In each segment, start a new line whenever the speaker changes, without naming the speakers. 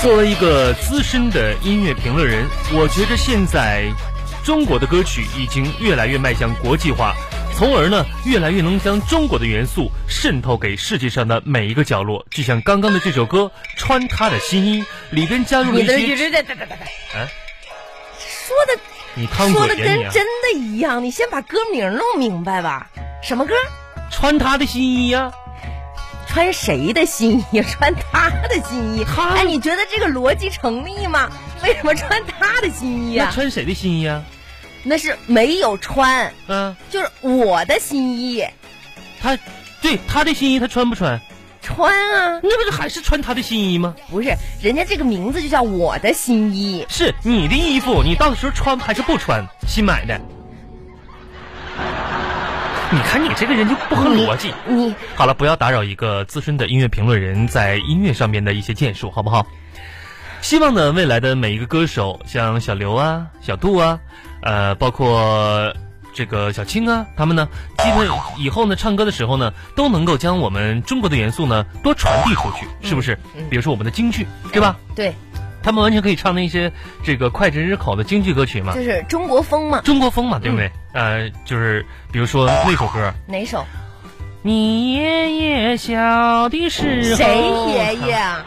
作为一个资深的音乐评论人，我觉着现在中国的歌曲已经越来越迈向国际化，从而呢，越来越能将中国的元素渗透给世界上的每一个角落。就像刚刚的这首歌《穿他的新衣》，里边加入了
你
一
的
些
这这这这这这这
啊，
说的
你汤
说的
嘴呀你
跟
啊！
真的一样，你先把歌名弄明白吧。什么歌？
穿他的新衣啊呀、
穿谁的新衣？ 穿他的新衣？
他
哎，你觉得这个逻辑成立吗？为什么穿他的新衣
那
啊？
穿谁的新衣呀、
那是没有穿，
嗯、
就是我的新衣，
他对他的新衣他穿不穿？
穿啊，
那不是还是穿他的新衣吗？
不是人家这个名字就叫我的新衣，
是你的衣服，你到时候穿还是不穿？新买的。你看你这个人就不合逻辑。
你
好了，不要打扰一个资深的音乐评论人在音乐上面的一些建树，好不好？希望呢，未来的每一个歌手，像小刘啊、小杜啊，呃，包括这个小青啊，他们呢，基本以后呢，唱歌的时候呢，都能够将我们中国的元素呢多传递出去，是不是？比如说我们的京剧，对吧？
对，
他们完全可以唱那些这个脍炙人口的京剧歌曲嘛，
就是中国风嘛，
中国风嘛，对
嗯
不对？呃，就是比如说那首歌，
哪首？
你爷爷小的时候，
谁爷爷？啊？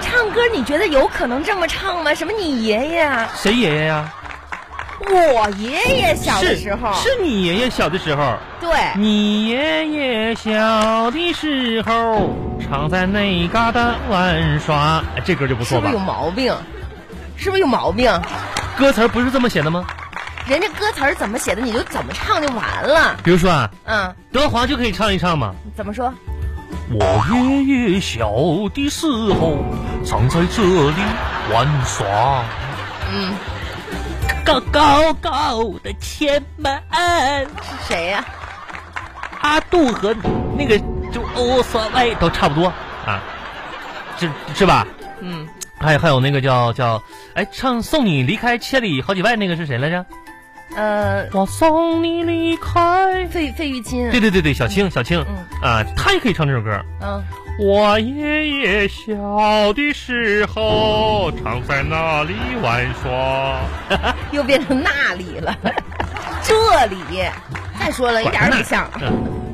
唱歌你觉得有可能这么唱吗？什么你爷爷啊？
谁爷爷呀、
我爷爷小的
是
时候，
是你爷爷小的时候，
对，
你爷爷小的时候常在那旮瘩玩耍，哎这歌就不
是
错
不是
吧
有？毛病？是不是有毛病？
歌词儿不是这么写的吗？
人家歌词儿怎么写的，你就怎么唱就完了。
比如说啊，
嗯，
德华就可以唱一唱嘛。
怎么说？
我爷爷小的时候常在这里玩耍。
嗯，
高高高的前门，
是谁呀、
阿杜和那个就欧所谓都差不多啊，是是吧？
嗯，
还有还有那个叫叫，哎，唱送你离开千里好几万那个是谁来着？
呃，
我送你离开。
费费玉清。
对对对对，小青小青，
嗯
啊，她也可以唱这首歌。
嗯，
我爷爷小的时候常在那里玩耍。
又变成那里了，这里。再说了，一点儿也不像。
嗯